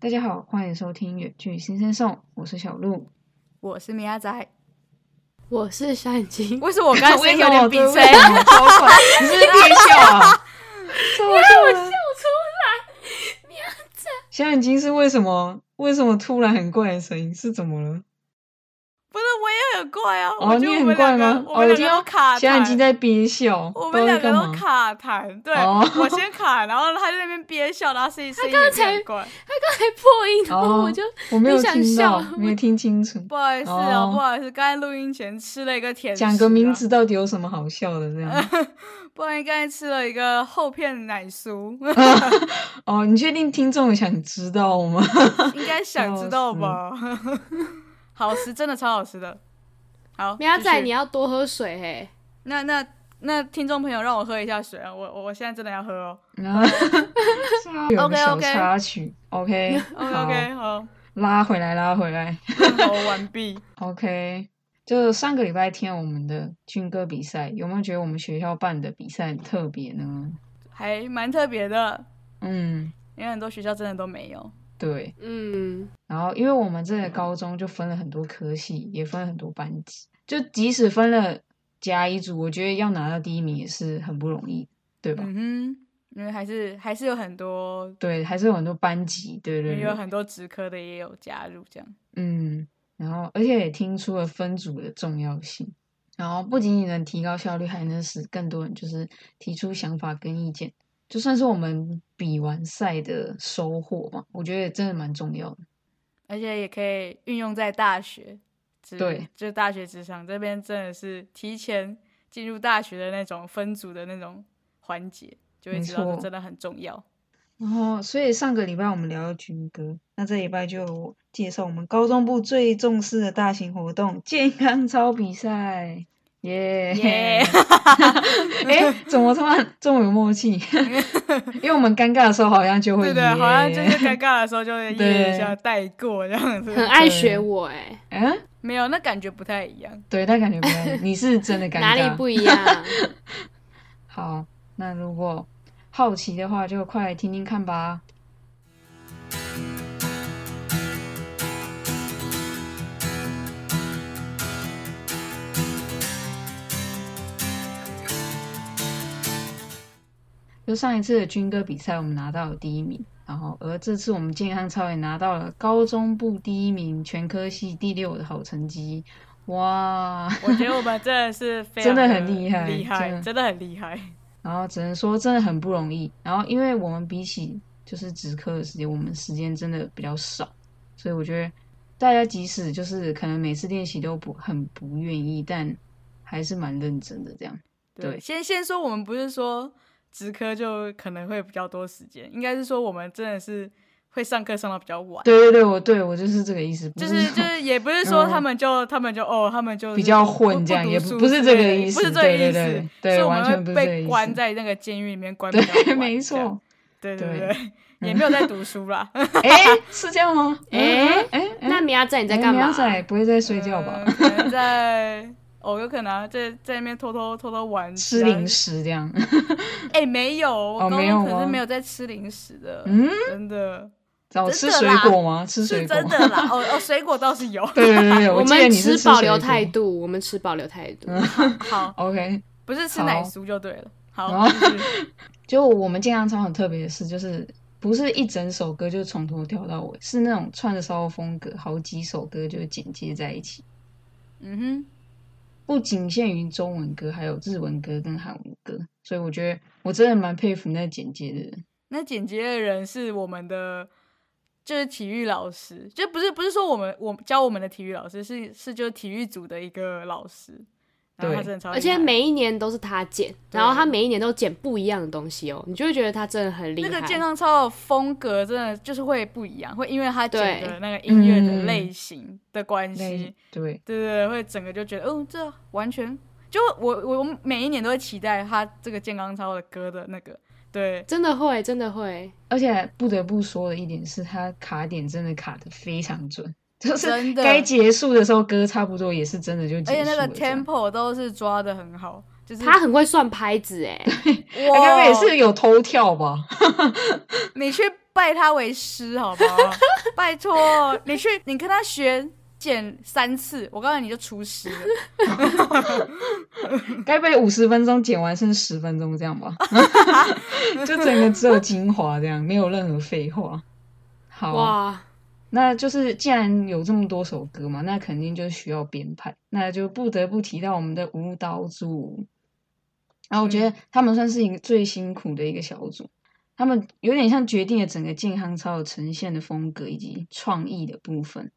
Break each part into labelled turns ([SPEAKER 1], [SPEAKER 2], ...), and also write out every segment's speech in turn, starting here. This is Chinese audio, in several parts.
[SPEAKER 1] 大家好，欢迎收听《远距新生颂》，我是小鹿。
[SPEAKER 2] 我是米亚仔。
[SPEAKER 3] 我是小眼睛，
[SPEAKER 2] 为什么我刚才声 音有点鼻塞？
[SPEAKER 1] 为什么我
[SPEAKER 2] 超快，
[SPEAKER 1] 你是憋笑啊？怎么突然？小眼睛是为什么？为什么突然很怪的声音？是怎么了？
[SPEAKER 2] 不是我也很怪啊！
[SPEAKER 1] 哦，
[SPEAKER 2] 我
[SPEAKER 1] 你
[SPEAKER 2] 觉得我
[SPEAKER 1] 很
[SPEAKER 2] 们
[SPEAKER 1] 怪
[SPEAKER 2] 两个
[SPEAKER 1] 吗？
[SPEAKER 2] 我
[SPEAKER 1] 哦，
[SPEAKER 2] 们
[SPEAKER 1] 我
[SPEAKER 2] 两
[SPEAKER 1] 听
[SPEAKER 2] 个都
[SPEAKER 1] 到
[SPEAKER 2] 卡
[SPEAKER 1] 小眼睛
[SPEAKER 2] 痰，
[SPEAKER 1] 在憋笑，
[SPEAKER 2] 我
[SPEAKER 1] 不知道
[SPEAKER 2] 们两
[SPEAKER 1] 在
[SPEAKER 2] 个
[SPEAKER 1] 干
[SPEAKER 2] 都
[SPEAKER 1] 嘛？
[SPEAKER 2] 卡痰，对
[SPEAKER 1] 哦
[SPEAKER 2] 我先卡，然后他在那边憋笑，然后声音声音
[SPEAKER 3] 刚
[SPEAKER 2] 也
[SPEAKER 3] 才
[SPEAKER 2] 很怪。
[SPEAKER 3] 他刚才破音，然后
[SPEAKER 1] 哦
[SPEAKER 3] 我就
[SPEAKER 1] 我没有
[SPEAKER 3] 很想
[SPEAKER 1] 听到，
[SPEAKER 3] 笑
[SPEAKER 1] 没有听清 楚。
[SPEAKER 2] 不好意思啊，
[SPEAKER 1] 哦
[SPEAKER 2] 不好意思，刚才录音前吃了一个甜食、啊
[SPEAKER 1] 讲个名，字到底有什么好笑的？这样
[SPEAKER 2] 不然刚才吃了一个厚片奶 酥，
[SPEAKER 1] 哦，你确定听众想知道 吗？
[SPEAKER 2] 应该想知道吧？ 好吃，真的超好吃的。好，
[SPEAKER 3] 苗
[SPEAKER 2] 继
[SPEAKER 3] 仔
[SPEAKER 2] 续
[SPEAKER 3] 你要多喝水欸嘿。
[SPEAKER 2] 那那那听众朋友让我喝一下水啊，我我我现在真的要喝哦。
[SPEAKER 1] 然后啊有个小
[SPEAKER 2] OK，OK
[SPEAKER 1] 插曲，OK，
[SPEAKER 2] OK
[SPEAKER 1] 好
[SPEAKER 2] OK，好，
[SPEAKER 1] 拉回来，拉回来。
[SPEAKER 2] 问候完毕。
[SPEAKER 1] OK，就上个礼拜天我们的军歌比赛，有没有觉得我们学校办的比赛很特别呢？
[SPEAKER 2] 还蛮特别的，
[SPEAKER 1] 嗯，
[SPEAKER 2] 因为很多学校真的都没有。
[SPEAKER 1] 对。
[SPEAKER 3] 嗯，
[SPEAKER 1] 然后，因为我们这个高中就分了很多科系，也分了很多班级，就即使分了甲乙组，我觉得要拿到第一名也是很不容易，对吧？
[SPEAKER 2] 嗯哼，因为还是还是有很多，
[SPEAKER 1] 对，还是有很多班级，对对
[SPEAKER 2] 也
[SPEAKER 1] 对，
[SPEAKER 2] 有很多职科的也有加入这样。
[SPEAKER 1] 嗯，然后而且也听出了分组的重要性，然后不仅仅能提高效率，还能使更多人就是提出想法跟意见，就算是我们比完赛的收获嘛，我觉得真的蛮重要的。
[SPEAKER 2] 而且也可以运用在大学职，
[SPEAKER 1] 对，
[SPEAKER 2] 就是大学职场这边真的是提前进入大学的那种分组的那种环节，就会
[SPEAKER 1] 没
[SPEAKER 2] 知道
[SPEAKER 1] 错
[SPEAKER 2] 这真的很重 要。
[SPEAKER 1] 然后，所以上个礼拜我们聊到军歌，那这礼拜就由我介绍我们高中部最重视的大型活动——健康操比赛，耶、
[SPEAKER 2] 耶
[SPEAKER 1] 哎、怎么突然这么有默契？ 因为我们尴尬的时候好像就会
[SPEAKER 2] 对对，好像就是
[SPEAKER 1] 耶
[SPEAKER 2] 尴尬的时候就会
[SPEAKER 1] 对
[SPEAKER 2] 耶一下带过这样
[SPEAKER 3] 很
[SPEAKER 2] 子，
[SPEAKER 3] 爱
[SPEAKER 1] 对
[SPEAKER 3] 学我哎，
[SPEAKER 1] 嗯，
[SPEAKER 2] 没有那感觉不太一样。
[SPEAKER 1] 对，但感觉不太一样，你是真的尴尬。
[SPEAKER 3] 哪里不一样？
[SPEAKER 1] 好？那如果好奇的话，就快来听听看吧。就上一次的军歌比赛，我们拿到了第一名，然后而这次我们健康操也拿到了高中部第一名，全科系第六的好成绩，哇！
[SPEAKER 2] 我觉得我们真的是非常
[SPEAKER 1] 真的
[SPEAKER 2] 的
[SPEAKER 1] 很厉害
[SPEAKER 2] 厉
[SPEAKER 1] 真的
[SPEAKER 2] 害，真的很厉害。
[SPEAKER 1] 然后只能说真的很不容易。然后因为我们比起就是职科的时间，我们时间真的比较少，所以我觉得大家即使就是可能每次练习都不很不愿意，但还是蛮认真的这样。对
[SPEAKER 2] 对，先先说我们不是说职科就可能会比较多时间，应该是说我们真的是会上课上到比较晚，
[SPEAKER 1] 对对对，我对我就是这个意思，不
[SPEAKER 2] 就 是是
[SPEAKER 1] 说
[SPEAKER 2] 就是也不是说他们就、他们就哦他们就
[SPEAKER 1] 比较混这样也不
[SPEAKER 2] 不
[SPEAKER 1] 不
[SPEAKER 2] 不
[SPEAKER 1] 是
[SPEAKER 2] 读书
[SPEAKER 1] 这个
[SPEAKER 2] 之类的
[SPEAKER 1] 意思
[SPEAKER 2] 不是这个
[SPEAKER 1] 对对
[SPEAKER 2] 意思，
[SPEAKER 1] 对对
[SPEAKER 2] 所以我
[SPEAKER 1] 完全
[SPEAKER 2] 们
[SPEAKER 1] 不
[SPEAKER 2] 会
[SPEAKER 1] 是这个意
[SPEAKER 2] 被
[SPEAKER 1] 思
[SPEAKER 2] 关在那个监狱里面关比较
[SPEAKER 1] 对，
[SPEAKER 2] 晚
[SPEAKER 1] 没
[SPEAKER 2] 这样
[SPEAKER 1] 错，
[SPEAKER 2] 对对
[SPEAKER 1] 对
[SPEAKER 2] 对，也没有在读书啦，
[SPEAKER 1] 哎，是这样吗？ 哎
[SPEAKER 3] 哎
[SPEAKER 1] 哎，
[SPEAKER 3] 那苗仔你在干
[SPEAKER 1] 哎
[SPEAKER 3] 嘛
[SPEAKER 1] 苗？仔不会在睡觉吧
[SPEAKER 2] 呃？可能在哦有可能、啊、在在那边偷偷偷偷玩
[SPEAKER 1] 吃零。食这样？
[SPEAKER 2] 哎、没有，我
[SPEAKER 1] 哦
[SPEAKER 2] 高
[SPEAKER 1] 没有
[SPEAKER 2] 中可是
[SPEAKER 1] 吗
[SPEAKER 2] 没有在吃零食的，
[SPEAKER 1] 嗯，
[SPEAKER 2] 真的
[SPEAKER 1] 找吃
[SPEAKER 2] 真
[SPEAKER 1] 水
[SPEAKER 2] 的啦
[SPEAKER 1] 果吗？吃水
[SPEAKER 2] 是
[SPEAKER 1] 果？
[SPEAKER 2] 真的啦。哦哦，水果倒是有。
[SPEAKER 1] 对对对对，
[SPEAKER 3] 我
[SPEAKER 1] 记得
[SPEAKER 3] 们
[SPEAKER 1] 你是
[SPEAKER 3] 持
[SPEAKER 1] 吃嗯
[SPEAKER 3] 保
[SPEAKER 1] 水
[SPEAKER 3] 留
[SPEAKER 1] 果
[SPEAKER 3] 态度，我们持保留态度。
[SPEAKER 2] 好，
[SPEAKER 1] OK，
[SPEAKER 2] 不是吃奶酥就对了。
[SPEAKER 1] 好
[SPEAKER 2] 好，就是
[SPEAKER 1] 就我们健康操很特别的是，就是不是一整首歌就从头跳到尾，是那种串着烧的风格，好几首歌就剪接在一起，
[SPEAKER 2] 嗯
[SPEAKER 1] 不仅限于中文歌，还有日文歌跟韩文歌。所以我觉得我真的蛮佩服那剪接的人。
[SPEAKER 2] 哼，那剪辑的人是我们的，就是体育老师，就不是不是说我们我教我们的体育老师是是就是体育组的一个老师，然后他
[SPEAKER 1] 对
[SPEAKER 2] 真的超厉害，
[SPEAKER 3] 而且每一年都是他剪，然后他每一年都剪不一样的东西哦，你就会觉得他真的很厉
[SPEAKER 2] 那
[SPEAKER 3] 害。
[SPEAKER 2] 个健康操的风格真的就是会不一样，会因为他剪
[SPEAKER 3] 对
[SPEAKER 2] 的那个音乐的
[SPEAKER 1] 嗯
[SPEAKER 2] 类型的关系，
[SPEAKER 1] 对对，
[SPEAKER 2] 对对对，会整个就觉得，哦，这完全就我我我每一年都会期待他这个健康操的歌的那个，对，
[SPEAKER 3] 真的会，真的会，
[SPEAKER 1] 而且不得不说的一点是，他卡点真的卡的非常准，就是
[SPEAKER 2] 真的
[SPEAKER 1] 该结束的时候歌差不多也是真的就
[SPEAKER 2] 而
[SPEAKER 1] 结束
[SPEAKER 2] 且那
[SPEAKER 1] 了
[SPEAKER 2] 个
[SPEAKER 1] 这样。
[SPEAKER 2] tempo 都是抓的很好，就是
[SPEAKER 3] 他很会算拍子哎，
[SPEAKER 1] 哎
[SPEAKER 2] 哇，
[SPEAKER 1] 他们也是有偷跳吧？
[SPEAKER 2] 你去拜他为师，好不好？ 拜托，你去你跟他学剪三次，我告诉你就出师了。
[SPEAKER 1] 该被五十分钟剪完剩十分钟这样吧，就整个只有精华这样，没有任何废话。好啊，
[SPEAKER 3] 哇，
[SPEAKER 1] 那就是既然有这么多首歌嘛，那肯定就需要编排，那就不得不提到我们的舞蹈组。然后我觉得他们算是一个最辛苦的一个小组，他们有点像决定了整个健康操的呈现的风格以及创意的部分。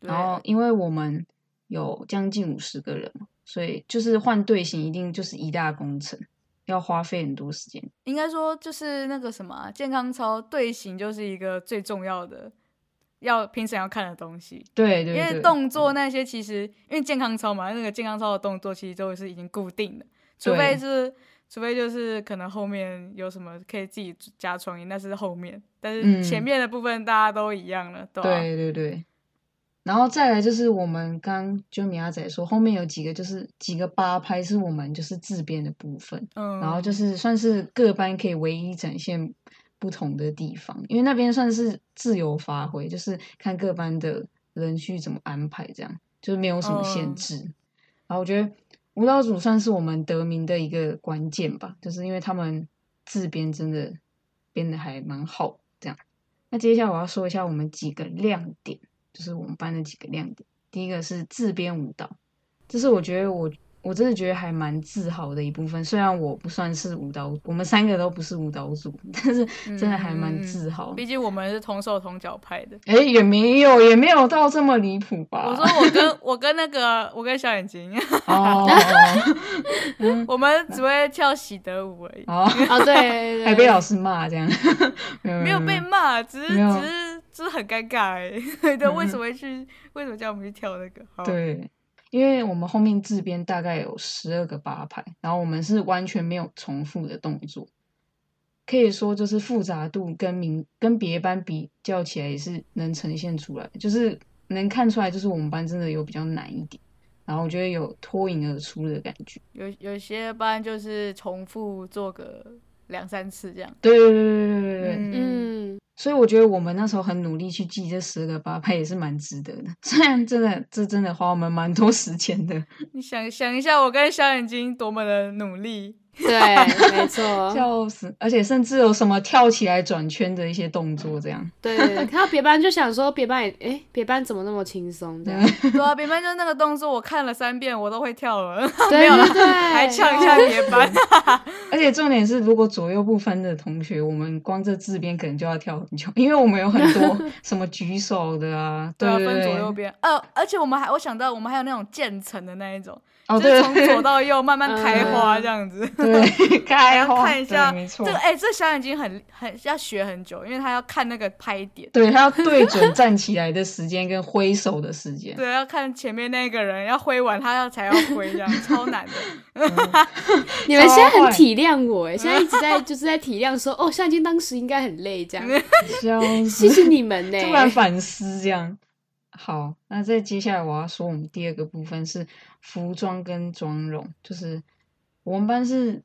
[SPEAKER 1] 然
[SPEAKER 3] 哦
[SPEAKER 1] 后因为我们有将近五十个人嘛，所以就是换队形一定就是一大工程，要花费很多时间。
[SPEAKER 2] 应该说就是那个什么啊健康操队形就是一个最重要的，要评审要看的东西。
[SPEAKER 1] 对
[SPEAKER 2] 因
[SPEAKER 1] 对对，嗯
[SPEAKER 2] 为动作那些其实因为健康操嘛，那个健康操的动作其实都是已经固定的，除
[SPEAKER 1] 对
[SPEAKER 2] 非是除非就是可能后面有什么可以自己加创意，那是后面，但
[SPEAKER 1] 嗯
[SPEAKER 2] 是前面的部分大家都一样了，对吧、
[SPEAKER 1] 对对对。然后再来就是我们刚就米亚仔说，后面有几个就是几个八拍是我们就是自编的部分，
[SPEAKER 2] 嗯，
[SPEAKER 1] 然后就是算是各班可以唯一展现不同的地方，因为那边算是自由发挥，就是看各班的人去怎么安排，这样就是没有什么限
[SPEAKER 2] 嗯
[SPEAKER 1] 制。然后我觉得舞蹈组算是我们得名的一个关键吧，就是因为他们自编真的编的还蛮好，这样。那接下来我要说一下我们几个亮点，就是我们班的几个亮点。第一个是自编舞蹈，这是我觉得我我真的觉得还蛮自豪的一部分。虽然我不算是舞蹈，我们三个都不是舞蹈组，但是真的还蛮自豪。
[SPEAKER 2] 嗯毕竟我们是同手同脚拍的。
[SPEAKER 1] 哎、也没有，也没有到这么离谱吧？
[SPEAKER 2] 我说我跟我跟那个我跟小眼睛，
[SPEAKER 1] 哦，嗯
[SPEAKER 2] 我们只会跳喜得舞而已，
[SPEAKER 1] 哦，
[SPEAKER 3] 啊对对，对
[SPEAKER 1] 还被老师骂这样，
[SPEAKER 2] 没有被骂，只是
[SPEAKER 1] 嗯没有嗯
[SPEAKER 2] 只是只是很尴尬而已。 对，为什么会去为什么叫我们去跳那个？好，
[SPEAKER 1] 对，因为我们后面自编大概有十二个八拍，然后我们是完全没有重复的动作，可以说就是复杂度跟明跟别班比较起来也是能呈现出来，就是能看出来，就是我们班真的有比较难一点，然后我觉得有脱颖而出的感觉。
[SPEAKER 2] 有有些班就是重复做个两三次这样。
[SPEAKER 1] 对对对对对对对，
[SPEAKER 2] 嗯，
[SPEAKER 3] 嗯，
[SPEAKER 1] 所以我觉得我们那时候很努力去记这十个八拍也是蛮值得的， 虽然真的这真的花我们蛮多时间的。
[SPEAKER 2] 你想想一下，我跟小眼睛多么的努力，
[SPEAKER 3] 对， 没
[SPEAKER 2] 哦
[SPEAKER 3] 错，
[SPEAKER 1] 笑死！而且甚至有什么跳起来转圈的一些动作，这样。
[SPEAKER 3] 对对对，看到别班就想说别班也，哎，别班怎么那么轻松这样？
[SPEAKER 2] 对啊，别班就那个动作，我看了三遍，我都会跳了，
[SPEAKER 3] 对
[SPEAKER 2] 有啦
[SPEAKER 3] 对对， 哦
[SPEAKER 2] 还呛一下别班。
[SPEAKER 1] 而且重点是，如果左右不分的同学，我们光这字边可能就要跳很久，因为我们有很 多什么举手的啊，
[SPEAKER 2] 对啊，
[SPEAKER 1] 对
[SPEAKER 2] 分左右
[SPEAKER 1] 对
[SPEAKER 2] 边。呃，而且我们还我想到我们还有那种渐层的那一种，
[SPEAKER 1] 哦
[SPEAKER 2] 就
[SPEAKER 1] 对
[SPEAKER 2] 是从左到右慢慢
[SPEAKER 3] 嗯
[SPEAKER 2] 开花这样 子。
[SPEAKER 1] 对，开
[SPEAKER 2] 要
[SPEAKER 1] 花，
[SPEAKER 2] 看一下
[SPEAKER 1] 哎对没错
[SPEAKER 2] 这个，哎、这小眼睛很很要学很久，因为他要看那个拍点，
[SPEAKER 1] 对他要对准站起来的时间跟挥手的时间，
[SPEAKER 2] 对，要看前面那个人要挥完，他要才要挥，这样超难的。
[SPEAKER 3] 你们现在很体谅我哎，现在一直在就是在体谅说，哦，夏金当时应该很累 这样，
[SPEAKER 1] 笑
[SPEAKER 3] 谢
[SPEAKER 1] 死！
[SPEAKER 3] 谢你们呢。
[SPEAKER 1] 突然反思这样。好，那再接下来我要说我们第二个部分是服装跟妆容，就是我们班是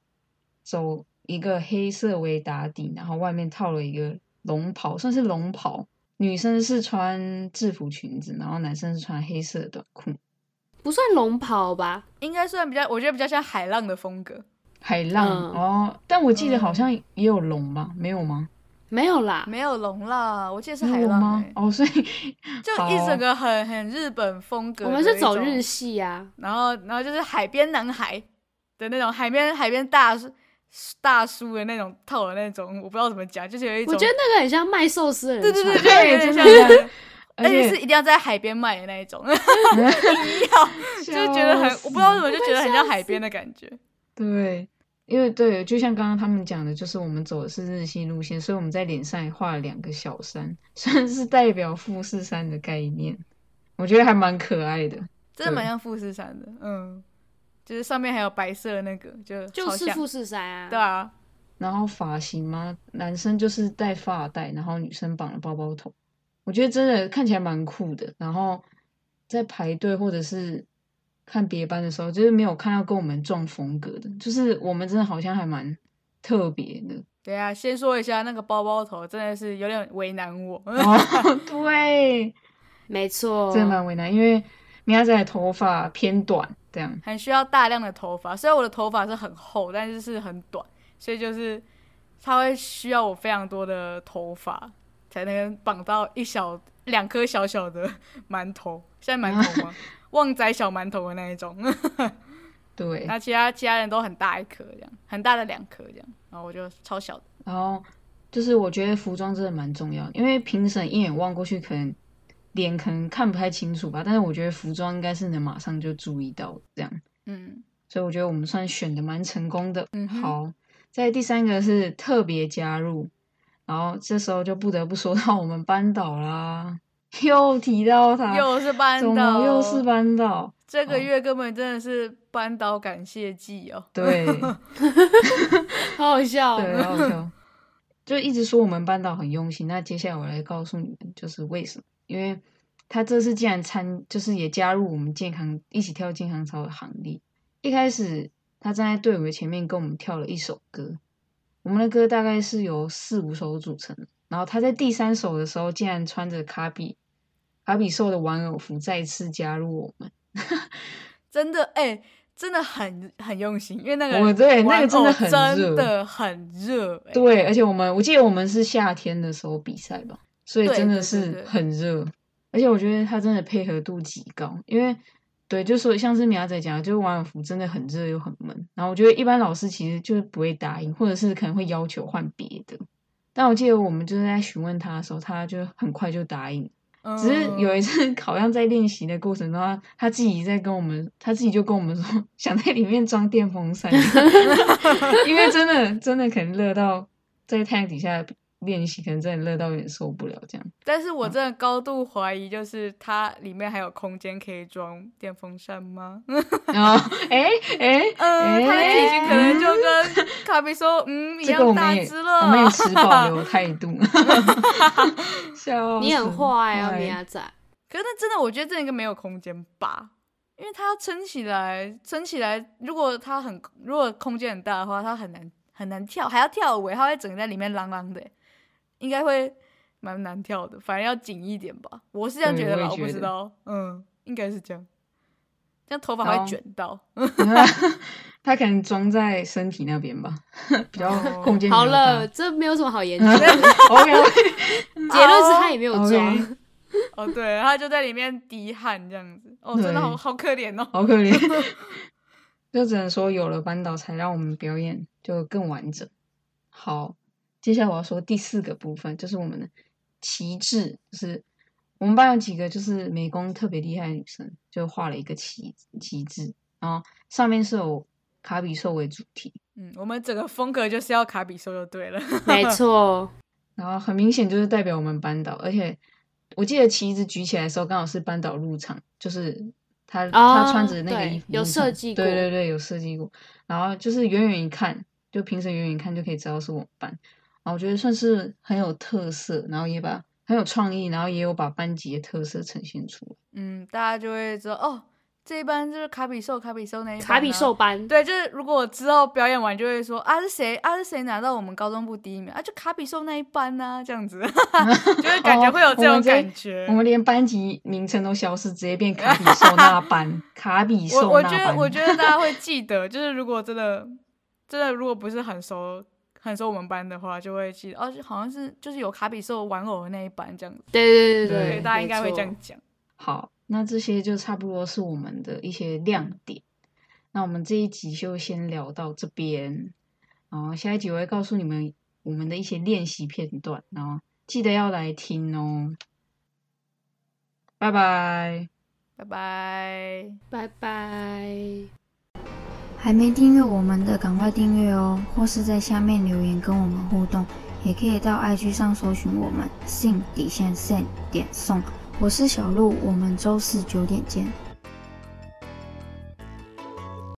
[SPEAKER 1] 走一个黑色为打底，然后外面套了一个龙袍，算是龙袍。女生是穿制服裙子，然后男生是穿黑色的短裤。
[SPEAKER 3] 不算龙袍吧？
[SPEAKER 2] 应该算比较，我觉得比较像海浪的风格，
[SPEAKER 1] 海浪、
[SPEAKER 3] 嗯
[SPEAKER 1] 哦，但我记得好像也有龙吧？没有吗？
[SPEAKER 3] 没有啦，
[SPEAKER 2] 没有龙啦，我记得是海
[SPEAKER 1] 没有
[SPEAKER 2] 浪、
[SPEAKER 1] 吗？
[SPEAKER 2] 欸，
[SPEAKER 1] 哦，所以
[SPEAKER 2] 就
[SPEAKER 1] 好
[SPEAKER 2] 一整个很很日本风格。
[SPEAKER 3] 我们是走日，系啊。
[SPEAKER 2] 然后然后就是海边男孩的那种，海边海边大叔大叔的那种套的那种，我不知道怎么讲，就是有一种，
[SPEAKER 3] 我觉得那个很像卖寿司的人
[SPEAKER 2] 对
[SPEAKER 3] 穿，
[SPEAKER 2] 对对，
[SPEAKER 1] 对
[SPEAKER 2] 就有点
[SPEAKER 1] 真
[SPEAKER 2] 像
[SPEAKER 1] 的
[SPEAKER 2] 那个。
[SPEAKER 1] 而
[SPEAKER 2] 而且是
[SPEAKER 1] 且
[SPEAKER 2] 一定要在海边卖的那一种，要就觉得很，我不知道为什么就觉得很像海边的感觉。
[SPEAKER 1] 对，因为对，就像刚刚他们讲的，就是我们走的是日系路线，所以我们在脸上也画了两个小山，算是代表富士山的概念，我觉得还蛮可爱的。
[SPEAKER 2] 真的
[SPEAKER 1] 对
[SPEAKER 2] 蛮像富士山的，嗯，就是上面还有白色的那个，就
[SPEAKER 3] 就
[SPEAKER 2] 超
[SPEAKER 3] 是
[SPEAKER 2] 像
[SPEAKER 3] 富士山啊。
[SPEAKER 2] 对啊，
[SPEAKER 1] 然后发型嘛，男生就是戴发带，然后女生绑了包包头，我觉得真的看起来蛮酷的。然后在排队或者是看别班的时候，就是没有看到跟我们撞风格的，就是我们真的好像还蛮特别的。
[SPEAKER 2] 对啊，先说一下那个包包头真的是有点为难我，
[SPEAKER 1] 哦， 对，
[SPEAKER 3] 没
[SPEAKER 2] 哦
[SPEAKER 3] 错，
[SPEAKER 1] 真的蛮为难，因为米亚仔的头发偏短，这样
[SPEAKER 2] 很需要大量的头发。虽然我的头发是很厚，但是是很短，所以就是它会需要我非常多的头发才能绑到一小两颗小小的馒头，现在馒头吗？旺仔小馒头的那一种。
[SPEAKER 1] 对。
[SPEAKER 2] 那其他其他人都很大一颗，这样很大的两颗这样，然后我就超小的。
[SPEAKER 1] 然后就是我觉得服装真的蛮重要的，因为评审一眼望过去，可能脸可能看不太清楚吧，但是我觉得服装应该是能马上就注意到这样，
[SPEAKER 2] 嗯，
[SPEAKER 1] 所以我觉得我们算选的蛮成功的。
[SPEAKER 2] 嗯哼
[SPEAKER 1] 好，在第三个是特别加入，然后这时候就不得不说到我们班导啦， 又提到他，
[SPEAKER 2] 又是班
[SPEAKER 1] 啊怎
[SPEAKER 2] 导，
[SPEAKER 1] 么又是班导？
[SPEAKER 2] 这个
[SPEAKER 1] 哦
[SPEAKER 2] 月根本真的是班导感谢季哦。
[SPEAKER 1] 对
[SPEAKER 3] 好好笑哦。
[SPEAKER 1] 对，好好笑。 就一直说我们班导很用心，那接下来我来告诉你们就是为什么，因为他这次竟然参，就是也加入我们健康一起跳健康操的行列。一开始他站在队伍的前面跟我们跳了一首歌，我们的歌大概是由四五首组成的，然后他在第三首的时候竟然穿着卡比卡比兽的玩偶服再次加入我们，
[SPEAKER 2] 真的哎、真的很很用心，因为那个
[SPEAKER 1] 我哦对那
[SPEAKER 2] 玩
[SPEAKER 1] 个真的
[SPEAKER 2] 偶
[SPEAKER 1] 很热
[SPEAKER 2] 真的很热、哎，
[SPEAKER 1] 对，而且我们我记得我们是夏天的时候比赛吧，所以
[SPEAKER 2] 对
[SPEAKER 1] 真的
[SPEAKER 2] 对对
[SPEAKER 1] 是
[SPEAKER 2] 对
[SPEAKER 1] 很热，而且我觉得他真的配合度极高，因为对，就说像是米亚仔讲的，就是王尔福真的很热又很闷，然后我觉得一般老师其实就是不会答应，或者是可能会要求换别的，但我记得我们就是在询问他的时候，他就很快就答应，
[SPEAKER 2] 嗯
[SPEAKER 1] 只是有一次 好像在练习的过程中，他他自己在跟我们，他自己就跟我们说 想在里面装电风扇， 因为真的真的可能热到在太阳底下练习，可能真的热到有点受不了这样。
[SPEAKER 2] 但是我真的高度怀疑，就是它里面还有空间可以装电风扇吗？ 嗯，
[SPEAKER 1] 然后哎哎，
[SPEAKER 2] 它的体型可能就
[SPEAKER 1] 哎
[SPEAKER 2] 跟卡比说嗯一
[SPEAKER 1] 这个我们
[SPEAKER 2] 样大
[SPEAKER 1] 也
[SPEAKER 2] 只
[SPEAKER 1] 我们也
[SPEAKER 2] 了。
[SPEAKER 1] 持保留态度， 笑
[SPEAKER 3] 你
[SPEAKER 1] 死
[SPEAKER 3] 很坏哦，
[SPEAKER 1] 坏
[SPEAKER 2] 哎
[SPEAKER 3] 米亚仔。
[SPEAKER 2] 可是那真的，我觉得这应该没有空间吧，因为它要撑起来，撑起来，如果它很如果空间很大的话，它很难很难跳，还要跳舞，它会整个在里面啷啷的，应该会蛮难跳的，反正要紧一点吧，我是这样
[SPEAKER 1] 对
[SPEAKER 2] 觉得
[SPEAKER 1] 我也
[SPEAKER 2] 啦，我不
[SPEAKER 1] 觉
[SPEAKER 2] 知
[SPEAKER 1] 得
[SPEAKER 2] 道，嗯，应该是这样，这样头发
[SPEAKER 1] 然
[SPEAKER 2] 会
[SPEAKER 1] 后
[SPEAKER 2] 卷到，
[SPEAKER 1] 他可能装在身体那边吧， 比较
[SPEAKER 2] 哦
[SPEAKER 1] 空间比较
[SPEAKER 3] 好
[SPEAKER 1] 大
[SPEAKER 3] 了，这没有什么好 研究。
[SPEAKER 1] ，OK。
[SPEAKER 3] 结论是他也没有装
[SPEAKER 1] OK
[SPEAKER 2] 哦，对，它就在里面滴汗这样子，哦，真的好
[SPEAKER 1] 对
[SPEAKER 2] 好可怜哦，
[SPEAKER 1] 好可怜， 就只能说有了班导才让我们表演就更完整。好，接下来我要说第四个部分，就是我们的旗帜，就是我们班有几个就是美工特别厉害的女生，就画了一个旗旗帜，然后上面是有卡比兽为主题，
[SPEAKER 2] 嗯，我们整个风格就是要卡比兽就对了，
[SPEAKER 3] 没 错，
[SPEAKER 1] 然后很明显就是代表我们班导，而且我记得旗子举起来的时候，刚好是班导入场，就是他、
[SPEAKER 2] 哦
[SPEAKER 1] 他穿着那个
[SPEAKER 3] 对
[SPEAKER 1] 衣服
[SPEAKER 3] 有
[SPEAKER 1] 入场
[SPEAKER 3] 设计
[SPEAKER 1] 对
[SPEAKER 3] 过
[SPEAKER 1] 对对，有设计过。然后就是远远一看，就平时远远看就可以知道是我们班，然后我觉得算是很有特色，然后也把很有创意，然后也有把班级的特色呈现出来。
[SPEAKER 2] 嗯，大家就会知道哦，这一班就是卡比兽，卡比兽那一班、
[SPEAKER 3] 卡比兽。班。
[SPEAKER 2] 对，就是如果我之后表演完就会说啊是谁啊是谁拿到我们高中部第一名啊就卡比兽那一班呐、这样子，就会感觉会有
[SPEAKER 1] 哦我
[SPEAKER 2] 这种
[SPEAKER 1] 们直接
[SPEAKER 2] 感觉。
[SPEAKER 1] 我们连班级名称都消失，直接变卡比兽那班，卡比
[SPEAKER 2] 我
[SPEAKER 1] 兽
[SPEAKER 2] 我
[SPEAKER 1] 那
[SPEAKER 2] 觉
[SPEAKER 1] 班。
[SPEAKER 2] 得我觉得大家会记得，就是如果真的真的如果不是很熟很熟我们班的话，就会记得哦，就好像是就是有卡比兽玩偶的那一班这样子，
[SPEAKER 3] 对对对
[SPEAKER 1] 对
[SPEAKER 2] 对，大家应该会这样
[SPEAKER 3] 没错
[SPEAKER 2] 讲。
[SPEAKER 1] 好，那这些就差不多是我们的一些亮点。那我们这一集就先聊到这边，然后下一集我会告诉你们我们的一些练习片段，然后记得要来听哦。拜拜。
[SPEAKER 2] 拜拜。
[SPEAKER 3] 拜拜。
[SPEAKER 4] 还没订阅我们的，赶快订阅哦！或是在下面留言跟我们互动，也可以到 IG 上搜寻我们 sin 底线 sin 点送。我是小鹿，我们周四九点见。